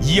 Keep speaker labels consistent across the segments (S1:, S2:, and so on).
S1: 以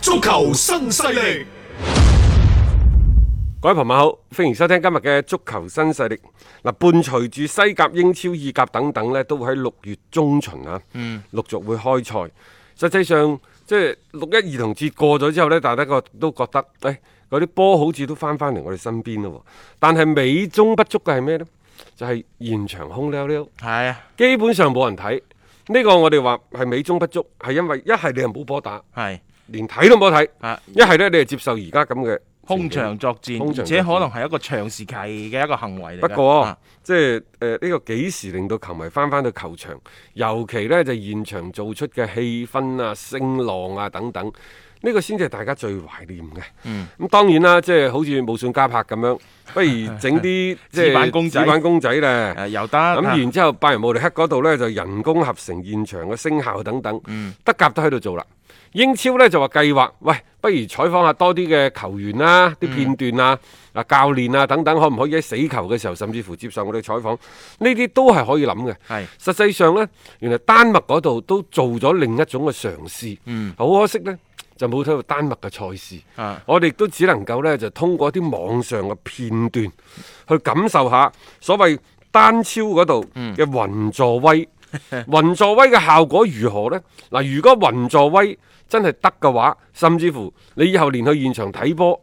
S1: 足球新勢力，
S2: 各位朋友好，歡迎收聽今日嘅足球新勢力。嗱，伴隨住西甲、英超、意甲等等呢，都會喺六月中旬啊，
S3: 嗯
S2: 陸續會開賽。實際上，即係六一兒童節過咗之後呢，大家個都覺得，誒嗰啲波好似都翻翻嚟我哋身邊咯。但係美中不足嘅係咩呢？就係、現場空溜溜，
S3: 係啊，
S2: 基本上冇人睇。呢、個我哋話係美中不足，係因為一係你係冇波打，
S3: 係
S2: 連睇都冇得睇；
S3: 啊，
S2: 一係呢，你係接受而家咁嘅
S3: 空
S2: 情景
S3: 場作戰，
S2: 空場
S3: 而且
S2: 作戰
S3: 可能係一個長時期嘅一個行為嚟
S2: 不
S3: 㗎。
S2: 過、
S3: 啊
S2: 即係誒呢個幾時令到球迷翻翻到球場，尤其呢就現場做出嘅氣氛啊、聲浪啊等等，呢、個先至係大家最懷念嘅。咁、
S3: 嗯
S2: 當然啦，即係好似無信加拍咁樣，不如整 啲即係
S3: 紙板公仔
S2: 紙板公仔咧。
S3: 誒又得
S2: 咁
S3: 啊
S2: 然之後，拜仁慕尼黑嗰度呢，就人工合成現場嘅聲效等等，
S3: 嗯
S2: 德甲都喺度做啦。英超呢，就話計劃，喂，不如採訪下多啲嘅球員啦、啲
S3: 嗯
S2: 片段啊、啊教練啊等等，可唔可以喺死球嘅時候，甚至乎接受我哋採訪？呢啲都係可以諗嘅。
S3: 係
S2: 實際上呢，原來丹麥嗰度都做咗另一種嘅嘗試。好可惜呢，就冇睇到丹麥嘅賽事。
S3: 嗯啊
S2: 我哋都只能夠呢，就通過一啲網上嘅片段去感受下所謂單超嗰度嘅雲助威。雲助威嘅效果如何呢？嗱，如果雲助威真係得嘅話，甚至乎你以後連去現場睇波，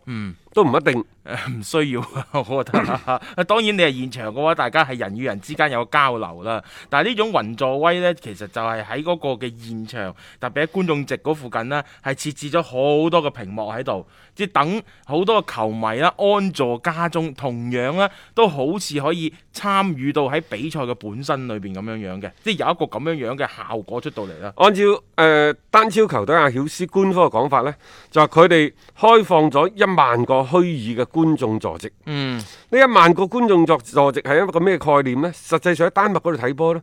S2: 都唔一定。
S3: 唔需要， 我覺得。啊當然你係現場嘅話，大家係人與人之間有交流啦。但係呢種雲助威呢，其實就係喺嗰個嘅現場，特別喺觀眾席嗰附近呢，係設置咗好多嘅屏幕喺度，即係等好多嘅球迷啦安坐家中，同樣呢都好似可以參與到喺比賽嘅本身裏邊咁樣樣嘅，即係有一個咁樣樣嘅效果出到嚟啦。
S2: 按照誒、呃、單超球隊阿曉斯官方嘅講法呢，就係佢哋開放咗一萬個虛擬嘅觀眾座席。
S3: 嗯，
S2: 呢一萬個觀眾座座席係一個咩概念呢？實際上喺丹麥嗰度睇波呢，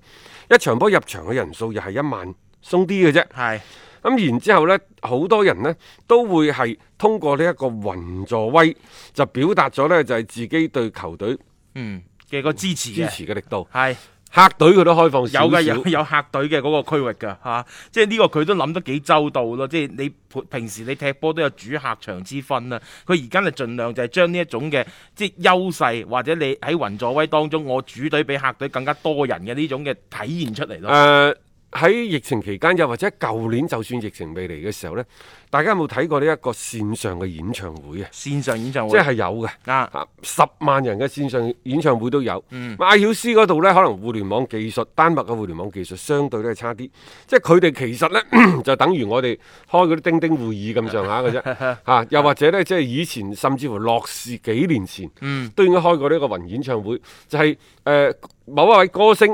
S2: 一場波入場嘅人數又係一萬，鬆啲嘅啫。
S3: 係。
S2: 咁然之後呢，好多人呢都會係通過呢一個雲助威，就表達咗呢就係自己對球隊
S3: 嗯嘅個支持
S2: 支
S3: 嘅，
S2: 持嘅力度。
S3: 係
S2: 客隊佢都開放
S3: 有
S2: 少
S3: 嘅有
S2: 少。
S3: 有客隊嘅嗰個區域㗎嚇、即係呢個佢都諗得幾周到咯。即係你平時你踢波都有主客場之分啦，佢而家就盡量就係將呢一種嘅即係優勢或者你喺雲助威當中，我主隊比客隊更加多人嘅呢種嘅體現出嚟咯。
S2: 誒呃喺疫情期間，又或者舊年就算疫情未嚟嘅時候呢，大家有冇睇過呢一個線上嘅演唱會啊？
S3: 線上演唱
S2: 即
S3: 會
S2: 係有嘅，
S3: 啊，
S2: 啊十萬人嘅線上演唱會都有。嗯，艾曉斯嗰度呢，可能互聯網技術，丹麥嘅互聯網技術相對都係差啲，即係佢哋其實呢，就等於我哋開嗰啲釘釘會議咁上下嘅啫。嚇、又或者呢，即係以前甚至乎樂視幾年前，都應該開過呢個雲演唱會，就係、呃某一位歌星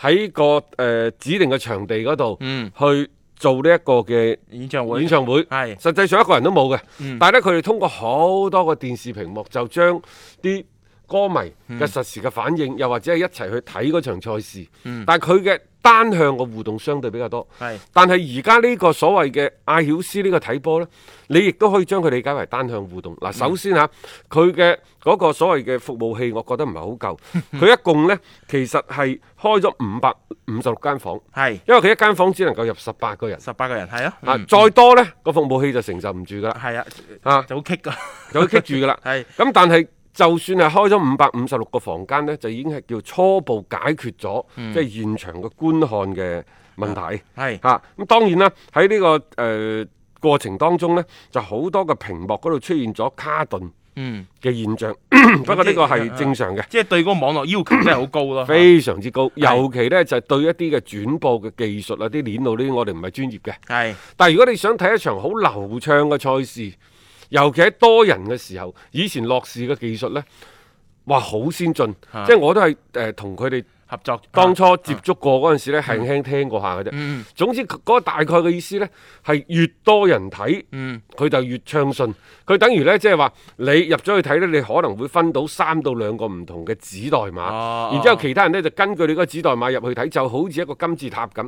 S2: 喺個誒、呃指定嘅場地嗰度、去做呢一個嘅。
S3: 演唱會
S2: 演唱會
S3: 係
S2: 實際上一個人都冇嘅，但係咧佢哋通過好多個電視屏幕就將啲歌迷嘅實時嘅反應，又或者係一齊去睇嗰場賽事。但係佢嘅單向嘅互動相對比較多。
S3: 係
S2: 但係而家呢個所謂嘅艾曉斯呢個睇波呢，你亦都可以將佢理解為單向互動。嗱，首先嚇佢嘅嗰個所謂嘅服務器，我覺得唔係好夠。佢一共呢，其實係開咗五百五十六間房，
S3: 係
S2: 因為佢一間房只能夠入十八個人。
S3: 十八個人係啊，
S2: 啊，再多呢個服務器就承受唔住噶啦，
S3: 係啊，
S2: 啊
S3: 就好棘㗎，
S2: 就會棘 住噶啦。
S3: 係
S2: 咁但係就算係開咗五百五十六個房間呢，就已經係叫初步解決咗，即係現場嘅觀看嘅問題。
S3: 係
S2: 嚇咁當然啦，呃喺呢個誒過程當中呢，就好多嘅屏幕嗰度出現咗卡頓
S3: 嗯，
S2: 嘅現象。不過呢個係正常嘅，
S3: 即係對嗰個網絡要求真係好高咯。
S2: 非常之高，尤其呢，就係對一啲嘅轉播嘅技術啊、啲鏈路呢啲，我哋唔係專業嘅。
S3: 係
S2: 但係如果你想睇一場好流暢嘅賽事，尤其喺多人嘅時候，以前樂視嘅技術呢，哇好先進，
S3: 啊
S2: 即係我都係誒同佢哋。
S3: 合作啊
S2: 當初接觸過嗰陣時咧，輕輕聽過下嘅啫。
S3: 嗯
S2: 總之嗰個大概嘅意思呢，係越多人睇，
S3: 嗯
S2: 佢就越暢順。佢等於呢，即係話你入咗去睇呢，你可能會分到三到兩個唔同嘅指代碼，
S3: 哦
S2: 然之後其他人呢，就根據你個指代碼入去睇，就好似一個金字塔咁。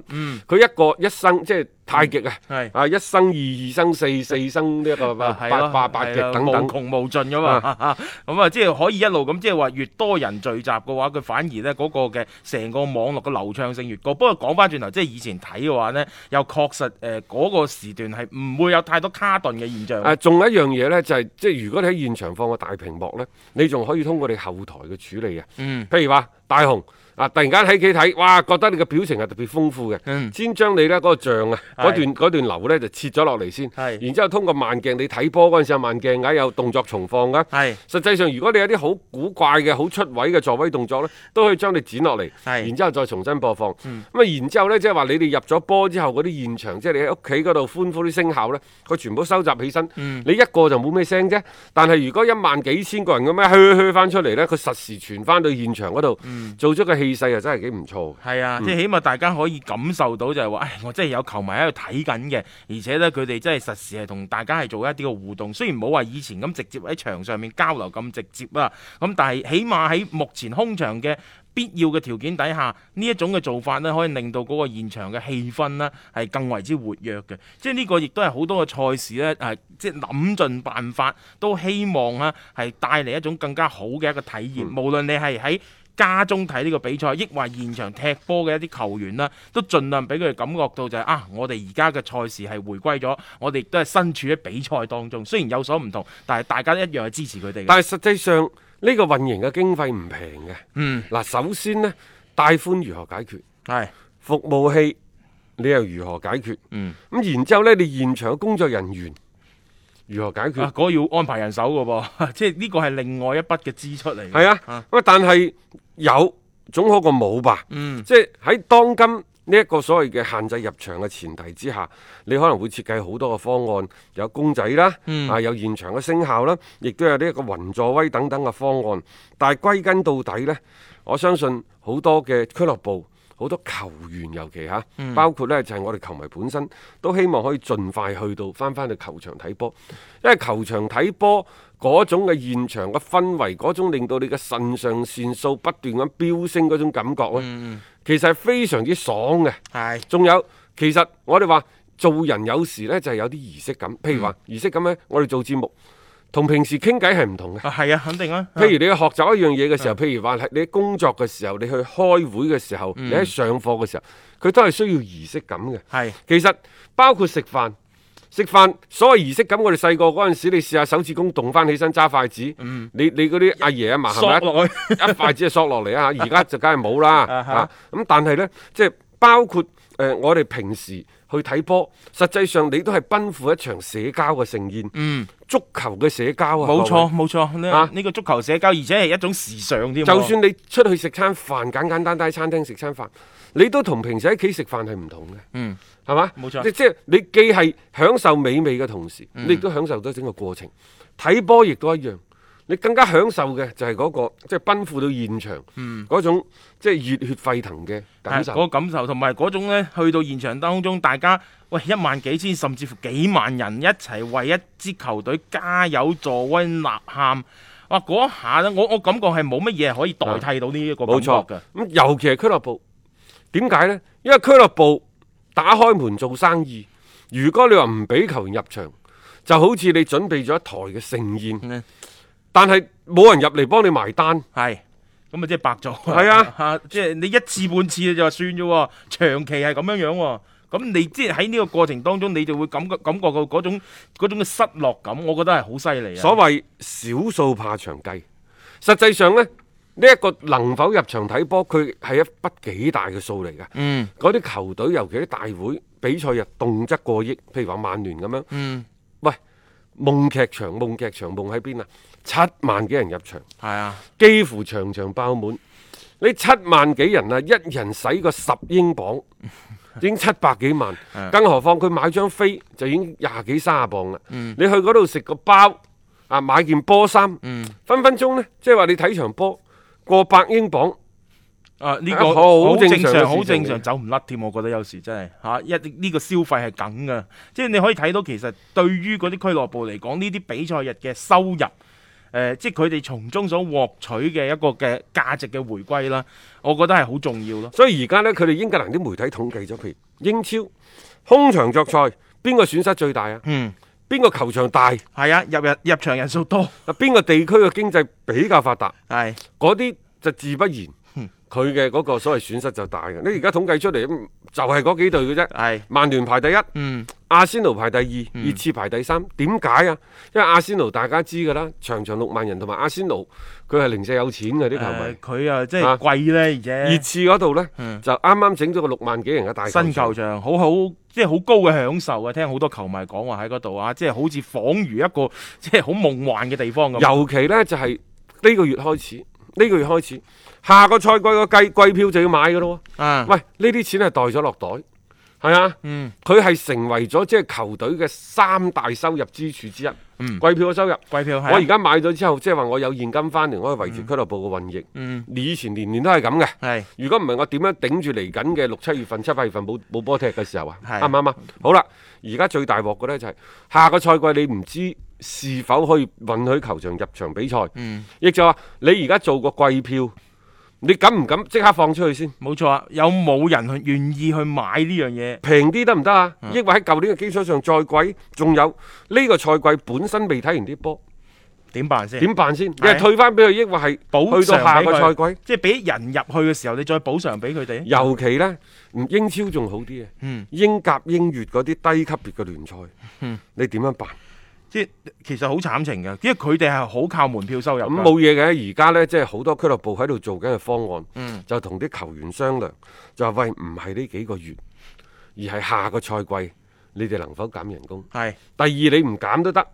S2: 佢、一個一生即係太極啊，
S3: 係
S2: 啊一生二，二生四，四生呢一個八
S3: 啊係咯
S2: 八八極
S3: 係啦
S2: 等等
S3: 無。窮無盡噶嘛，咁 啊，即係可以一路咁，即係話越多人聚集嘅話，佢反而咧嗰個嘅成個網絡嘅流暢性越高。不過講翻轉頭，即係以前睇嘅話咧，又確實誒嗰個時段係唔會有太多卡頓嘅現象。
S2: 誒，啊仲有一樣嘢呢，就係、即係如果你喺現場放個大屏幕呢，你仲可以通過你後台嘅處理嘅。啊
S3: 嗯
S2: 譬如話大雄啊，突然間喺企睇，哇，覺得你嘅表情係特別豐富嘅，
S3: 嗯
S2: 先將你呢嗰個像啊，
S3: 係
S2: 嗰段嗰段流呢就切咗落嚟先，
S3: 係
S2: 然之後通過慢鏡你睇波嗰陣時有慢鏡㗎，有動作重放啊㗎。
S3: 係
S2: 實際上，如果你有啲好古怪嘅、好出位嘅座位動作呢，都可以將你剪落嚟，
S3: 係嗯
S2: 然之後再重新播放。咁啊、然之後呢，即係話你哋入咗波之後嗰啲現場，即係你喺屋企嗰度歡呼啲聲效呢，佢全部收集起身。
S3: 嗯
S2: 你一個就冇咩聲啫，但係如果一萬幾千個人咁樣噓噓翻出嚟呢，佢實時傳翻到現場嗰度，
S3: 嗯
S2: 做咗個氣勢啊又真係幾唔錯嘅。
S3: 係啊，即係起碼大家可以感受到就係話，唉，我真係有球迷喺度睇緊嘅，而且呢，佢哋真係實時係同大家係做一啲嘅互動。雖然冇話以前咁直接喺場上面交流咁直接啦，咁但係起碼喺目前空場嘅必要嘅條件底下，呢一種嘅做法呢，可以令到嗰個現場嘅氣氛呢係更為之活躍嘅。即係呢個亦都係好多嘅賽事呢，係即係諗盡辦法都希望啊係帶嚟一種更加好嘅一個體驗，無論你係喺家中睇呢個比賽，抑或現場踢波嘅一啲球員啦，都盡量俾佢哋感覺到就係、啊，我哋而家嘅賽事係回歸咗，我哋亦都係身處喺比賽當中。雖然有所唔同，但係大家一樣係支持佢哋嘅。
S2: 但係實際上呢、個運營嘅經費唔平嘅。
S3: 嗯，
S2: 嗱，首先呢，帶寬如何解決？
S3: 係
S2: 服務器你又如何解決？
S3: 嗯，
S2: 咁然之後呢，你現場嘅工作人員如何解
S3: 啊，
S2: 決？
S3: 嗰、要安排人手嘅噃， 即係呢個係另外一筆嘅支出嚟嘅。
S2: 係啊，咁但係有總好過冇吧？
S3: 嗯，
S2: 即係喺當今呢一個所謂嘅限制入場嘅前提之下，你可能會設計好多嘅方案，有公仔啦，啊有現場嘅聲效啦，亦都有呢一個雲座威等等嘅方案。但係歸根到底呢，我相信好多嘅俱樂部。好多球員尤其嚇，包括呢就係我哋球迷本身都希望可以盡快去到翻翻去球場睇波，因為球場睇波嗰種嘅現場嘅氛圍，嗰種令到你嘅腎上腺素不斷咁飆升嗰種感覺咧，其實係非常之爽嘅。
S3: 係
S2: 仲有，其實我哋話做人有時呢就係有啲儀式感，譬如話儀式感呢，我哋做節目同平時傾偈係唔同嘅。
S3: 啊，係啊，肯定啊。
S2: 譬如你去學習一樣嘢嘅時候，譬如話係你工作嘅時候，你去開會嘅時候，你喺上課嘅時候，佢都係需要儀式感嘅。
S3: 啊係
S2: 其實包括食飯。食飯所謂儀式感，我哋細個嗰陣時，你試下手指公動翻起身揸筷子，你你嗰啲阿爺阿嫲係咪
S3: 嗯索
S2: 一
S3: 落去。
S2: 一筷子就索落 嚟啊！而家就梗係冇啦
S3: 啊哈
S2: 啊！咁但係呢，即係包括誒、呃我哋平時去睇波，實際上你都係奔赴一場社交嘅盛宴，
S3: 嗯，
S2: 足球嘅社交啊！
S3: 冇
S2: 各位
S3: 錯。冇錯，呢、
S2: 啊
S3: 呢個足球社交，而且係一種時尚添喎。
S2: 就算你出去食餐飯，簡簡單單喺餐廳食餐飯，你都同平時喺屋企食飯係唔同嘅。
S3: 嗯，
S2: 係嘛？
S3: 冇錯嗯
S2: 即即係你既係享受美味嘅同時，你亦都享受到整個過程。睇波亦都一樣，你更加享受嘅就係嗰、個即係奔赴到現場嗰、種即係熱血沸騰嘅感
S3: 嗯係
S2: 受
S3: 啊嗰。個感受同埋嗰種咧，去到現場當中，大家喂一萬幾千甚至乎幾萬人一齊為一支球隊加油助威呐喊，哇！嗰一下咧，我我感覺係冇乜嘢可以代替到呢一個感
S2: 冇
S3: 覺
S2: 錯
S3: 嘅。
S2: 咁尤其係俱樂部，點解呢？因為俱樂部打開門做生意，如果你話唔俾球員入場，就好似你準備咗一台嘅盛
S3: 嗯
S2: 宴，但係冇人入嚟幫你埋單。
S3: 係。咁啊，即係白做。
S2: 係 啊
S3: 嚇即係你一次半次就算啫喎，長期係咁樣樣喎。咁你即係喺呢個過程當中，你就會感覺感覺到嗰種嗰種嘅失落感，我覺得係好犀利啊。
S2: 所謂少數怕長計，實際上呢，呢、一個能否入場睇波，佢係一筆幾大嘅數嚟嘅。
S3: 嗯
S2: 嗰啲球隊尤其啲大會比賽日動則過億，譬如話曼聯咁樣。
S3: 嗯，
S2: 喂，夢劇場，夢劇場，夢喺邊啊？七萬幾人入場，
S3: 係啊，
S2: 幾乎場場爆滿。你七萬幾人啊，一人使個十英鎊，已經七百幾萬。更何況佢買張飛就已經廿幾三十磅啦。你去嗰度食個包啊，買件波衫，分分鐘呢，即係話你睇場波過百英鎊。
S3: 啊呢、
S2: 啊
S3: 個
S2: 好
S3: 好正
S2: 正常嘅
S3: 常，好
S2: 事
S3: 正
S2: 情嚟
S3: 常，走唔甩添。我覺得有時真係嚇、一啲呢、個消費係梗嘅，即係你可以睇到其實對於嗰啲俱樂部嚟講，呢啲比賽日嘅收入，誒、即係佢哋從中所獲取嘅一個嘅價值嘅回歸啦，我覺得係好重要咯。
S2: 所以而家呢，佢哋英格蘭啲媒體統計咗，譬如英超空場作賽，邊個損失最大啊？
S3: 嗯，
S2: 邊個球場大？
S3: 係啊，入入入場人數多，
S2: 啊，邊個地區嘅經濟比較發達？
S3: 係
S2: 嗰啲就自不然，佢嘅嗰個所謂損失就大嘅。你而家統計出嚟，嗯就係嗰幾隊嘅啫。
S3: 係
S2: 曼聯排第一，
S3: 嗯
S2: 阿仙奴排第二，熱刺排第三。點解啊？因為阿仙奴大家知㗎啦，場場六萬人，同埋阿仙奴佢係零舍有錢嘅啲球
S3: 嗯誒
S2: 迷。
S3: 佢啊，即
S2: 啊
S3: 係貴咧，而
S2: 熱
S3: 且
S2: 刺嗰度呢，
S3: 嗯
S2: 就啱啱整咗個六萬幾人嘅大
S3: 新
S2: 場
S3: 球場好好，即係好高嘅享受啊！聽好多球迷講話喺嗰度啊，即係好似仿如一個即係好夢幻嘅地方咁。
S2: 尤其呢，就係、呢個月開始，呢、個月開始，下個賽季個季季票就要買嘅咯喎。
S3: 啊，
S2: 喂，呢啲錢係袋咗落袋，係啊，
S3: 嗯，
S2: 佢係成為咗即係球隊嘅三大收入支柱之一。
S3: 嗯
S2: 季票嘅收入，
S3: 貴票係啊
S2: 我而家買咗之後，即係話我有現金翻嚟，我可以維持俱樂部嘅運營。
S3: 嗯
S2: 以前年年都係咁嘅。
S3: 係
S2: 如果唔係我點樣頂住嚟緊嘅六七月份、七八月份冇冇波踢嘅時候啊？
S3: 係
S2: 啱唔啱啊？好啦，而家最大鑊嘅呢就係、下個賽季你唔知是否可以允許球場入場比賽，
S3: 嗯
S2: 亦、就話你而家做個季票，你敢唔敢即刻放出去先？
S3: 冇錯啊！有冇人去願意去買呢樣嘢？
S2: 平啲得唔得啊？
S3: 嗯
S2: 抑或喺舊年嘅基礎上再貴？仲有呢、個賽季本身未睇完啲波，
S3: 點辦先？
S2: 點辦先？你
S3: 嗯係
S2: 係退翻俾佢，抑或係
S3: 補償
S2: 去到下個
S3: 俾佢
S2: 賽季？
S3: 即係俾人入去嘅時候，你再補償俾佢哋？
S2: 尤其呢，唔英超仲好啲啊！
S3: 嗯
S2: 英甲、英乙嗰啲低級別嘅聯賽，你點樣辦？
S3: 即係其實好慘情㗎，因為佢哋係好靠門票收入㗎。
S2: 咁冇嘢嘅，而家呢，即係好多俱樂部喺度做緊嘅方案，
S3: 嗯
S2: 就同啲球員商量，就話喂唔係呢幾個月，而係下個賽季你哋能否減人工？
S3: 係
S2: 第二你唔減都得，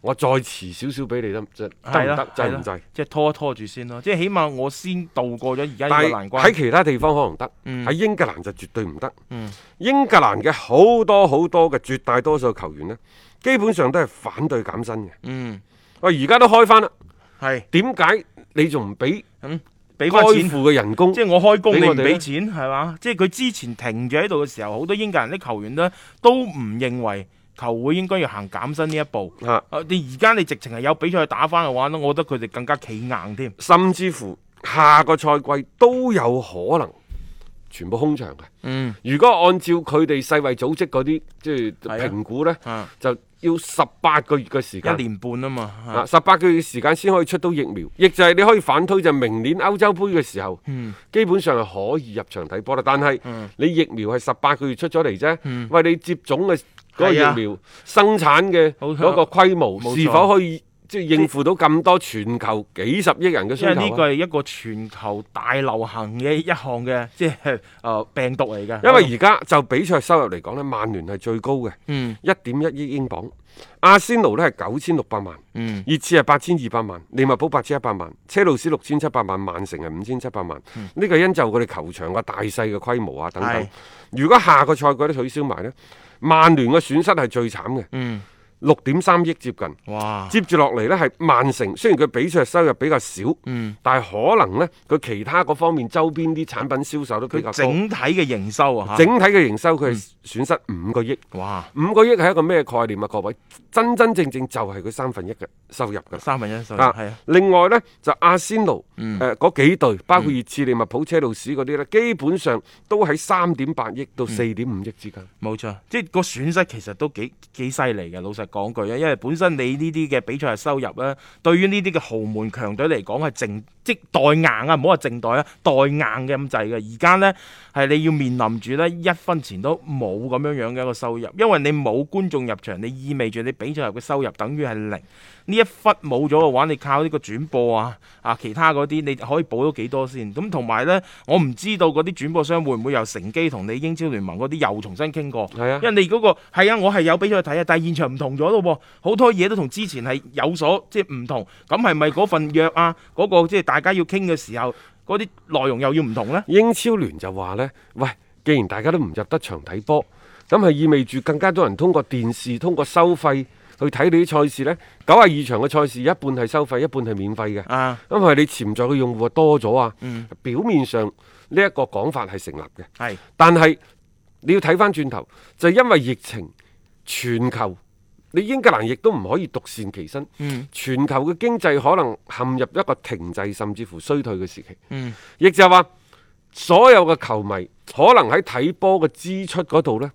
S2: 我再遲少少俾你得唔得？得
S3: 係
S2: 唔
S3: 啦
S2: 得？
S3: 係
S2: 制
S3: 啦
S2: 唔制？
S3: 即係拖一拖住先咯。即係起碼我先渡過咗而家
S2: 但
S3: 呢個
S2: 係
S3: 難
S2: 喺
S3: 關。
S2: 其他地方可能得，喺、
S3: 嗯
S2: 英格蘭就絕對唔得。
S3: 嗯
S2: 英格蘭嘅好多好多嘅絕大多數球員呢，基本上都係反對減薪嘅。
S3: 嗯，
S2: 喂，而家都開翻啦，
S3: 係
S2: 點解你仲唔俾
S3: 俾
S2: 該
S3: 翻錢。
S2: 付嘅人工？
S3: 即係我開工
S2: 俾
S3: 你
S2: 我
S3: 唔
S2: 哋
S3: 俾
S2: 呢
S3: 錢係嘛？即係佢之前停住喺度嘅時候，好多英格蘭啲球員呢都唔認為球會應該要行減薪呢一步。
S2: 啊，
S3: 啊你而家你直情係有比賽打翻嘅話呢，我覺得佢哋更加企硬添。
S2: 甚至乎下個賽季都有可能全部空場嘅。
S3: 嗯，
S2: 如果按照佢哋世衛組織嗰啲即係
S3: 係啊
S2: 評估呢，
S3: 啊，
S2: 就要十八個月嘅時
S3: 一
S2: 間。
S3: 年半啊嘛，
S2: 啊！
S3: 啊
S2: 十八個月時間先可以出到疫苗，亦就係你可以反推，就明年歐洲杯嘅時候，
S3: 嗯
S2: 基本上係可以入場睇波啦。但係、
S3: 嗯
S2: 你疫苗係十八個月出咗嚟啫，喂，你接種嘅嗰個疫
S3: 係啊
S2: 苗、生產嘅
S3: 好
S2: 嗰個規模
S3: 冇錯
S2: 是否可以即係應付到咁多全球幾十億人嘅需
S3: 因為呢
S2: 求
S3: 個
S2: 啊？
S3: 係一個全球大流行嘅一項嘅即係誒病毒嚟嘅。
S2: 因為而家就比賽收入嚟講呢曼聯係最高嘅，
S3: 嗯
S2: 一點一億英鎊，阿仙奴呢係九千六百萬。
S3: 嗯
S2: 熱刺係八千二百萬，利物浦八千一百萬，車路士六千七百萬，曼城係五千七百萬。
S3: 嗯
S2: 呢個因就佢哋球場個大細嘅規模啊等等
S3: 係。
S2: 如果下個賽季都取消埋呢，曼聯嘅損失係最慘嘅，
S3: 嗯，啊
S2: 六點三億接近。
S3: 哇，
S2: 接住落嚟呢係曼城，雖然佢比賽收入比較少，
S3: 嗯
S2: 但係可能呢，佢其他嗰方面周邊啲產品銷售都比
S3: 佢
S2: 較高。
S3: 整體嘅營收啊，嗯嚇
S2: 整體嘅營收佢係損失五個億，
S3: 哇
S2: 五個億係一個咩概念啊？各位，真真正正就係佢三分一嘅收入㗎啦。
S3: 三分一數
S2: 啊
S3: 係啊，嗯
S2: 另外呢，就阿仙奴誒嗰、幾隊，包括熱刺、利物浦、車路士嗰啲呢，基本上都喺三點八億
S3: 嗯
S2: 到四點五億之間。
S3: 冇錯，即係個損失其實都幾幾犀利嘅。老實講啊句啊，因為本身你呢啲嘅比賽收入咧，對於呢啲嘅豪門強隊嚟講係淨即係代硬啊，唔好話靜待啦，代硬嘅咁滯嘅。而家呢，係你要面臨住呢一分錢都冇咁樣樣嘅一個收入，因為你冇觀眾入場，你意味住你比賽入嘅收入等於係零。呢一忽冇咗嘅話，你靠呢個轉播啊啊其他嗰啲，你可以補到幾多先？咁同埋呢，我唔知道嗰啲轉播商會唔會又乘機同你英超聯盟嗰啲又重新傾過。
S2: 係啊
S3: 因為你嗰、個係啊，我係有比賽睇啊，但係現場唔同咗咯喎，好多嘢都同之前係有所即係唔同。咁係咪嗰份約啊，嗰、個即係大家要傾嘅時候，嗰啲內容又要唔同呢？
S2: 英超聯就話呢：「喂，既然大家都唔入得場睇波，咁係意味住更加多人通過電視、通過收費去睇你啲賽事呢。九啊二場嘅賽事，一半係收費，一半係免費嘅。
S3: 啊，
S2: 因為你潛在嘅用戶啊多咗啊，
S3: 嗯
S2: 表面上呢一個講法係成立嘅，
S3: 係
S2: 但係你要睇翻轉頭，就係因為疫情，全球你英格蘭亦都唔可以獨善其身，
S3: 嗯
S2: 全球嘅經濟可能陷入一個停滯甚至乎衰退嘅時期，
S3: 嗯
S2: 亦就係話所有嘅球迷可能喺睇波嘅支出嗰度呢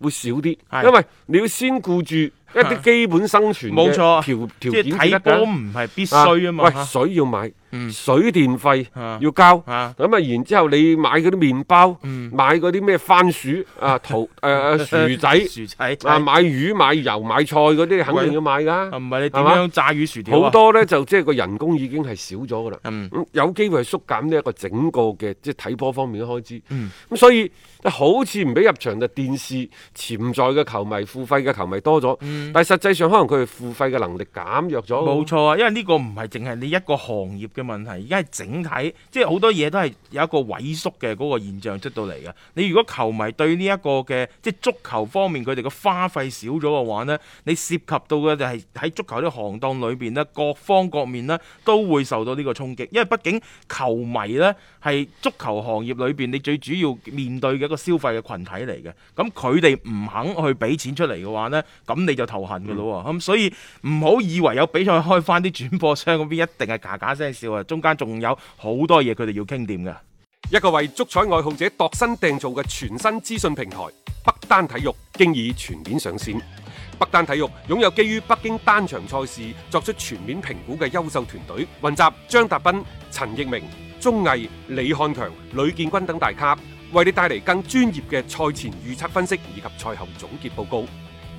S2: 會少啲，
S3: 係
S2: 因為你要先顧住一 啲基本生存
S3: 冇
S2: 嘅
S3: 錯
S2: 條
S3: 即
S2: 條件
S3: 係
S2: 先
S3: 睇
S2: 得㗎
S3: 波唔係必須啊嘛。嗯
S2: 喂，水要買，水電費
S3: 啊
S2: 要交，咁
S3: 啊
S2: 啊，然之後你買嗰啲麵包，
S3: 嗯
S2: 買嗰啲咩番薯 啊、桃誒薯仔
S3: 薯仔
S2: 啊，買魚、買油、買菜嗰啲，肯定要買
S3: 啊
S2: 噶
S3: 唔。係你點
S2: 係嘛
S3: 樣炸魚薯條啊
S2: 好多呢，就即係個人工已經係少咗噶啦，
S3: 嗯
S2: 咁有機會係縮減呢一個整個嘅即係睇波方面嘅開支。
S3: 嗯
S2: 咁所以好似唔俾入場就電視潛在嘅球迷、付費嘅球迷多咗，但係實際上可能佢哋付費嘅能力減弱咗。
S3: 嗯冇錯啊，因為呢個唔係淨係你一個行業嘅問題，而家係整體，即係好多嘢都係有一個萎縮嘅嗰個現象出到嚟嘅。你如果球迷對呢一個嘅即係足球方面佢哋嘅花費少咗嘅話呢，你涉及到嘅就係喺足球呢個行當裏邊呢，各方各面呢都會受到呢個衝擊，因為畢竟球迷呢係足球行業裏邊你最主要面對嘅一個消費嘅群體嚟嘅。咁佢哋唔肯去俾錢出嚟嘅話呢，咁你就頭痕嘅咯喎。咁、所以唔好以為有比賽開翻啲轉播商嗰邊一定係嘎嘎聲笑啊，中間仲有好多嘢佢哋要傾掂㗎。
S2: 一個為足彩愛好者度身訂造嘅全新資訊平台北單體育，經已全面上線。北單體育擁有基於北京單場賽事作出全面評估嘅優秀團隊，雲集張達斌、陳奕明、鐘毅、李漢強、呂建軍等大咖，為你帶嚟更專業嘅賽前預測分析以及賽後總結報告。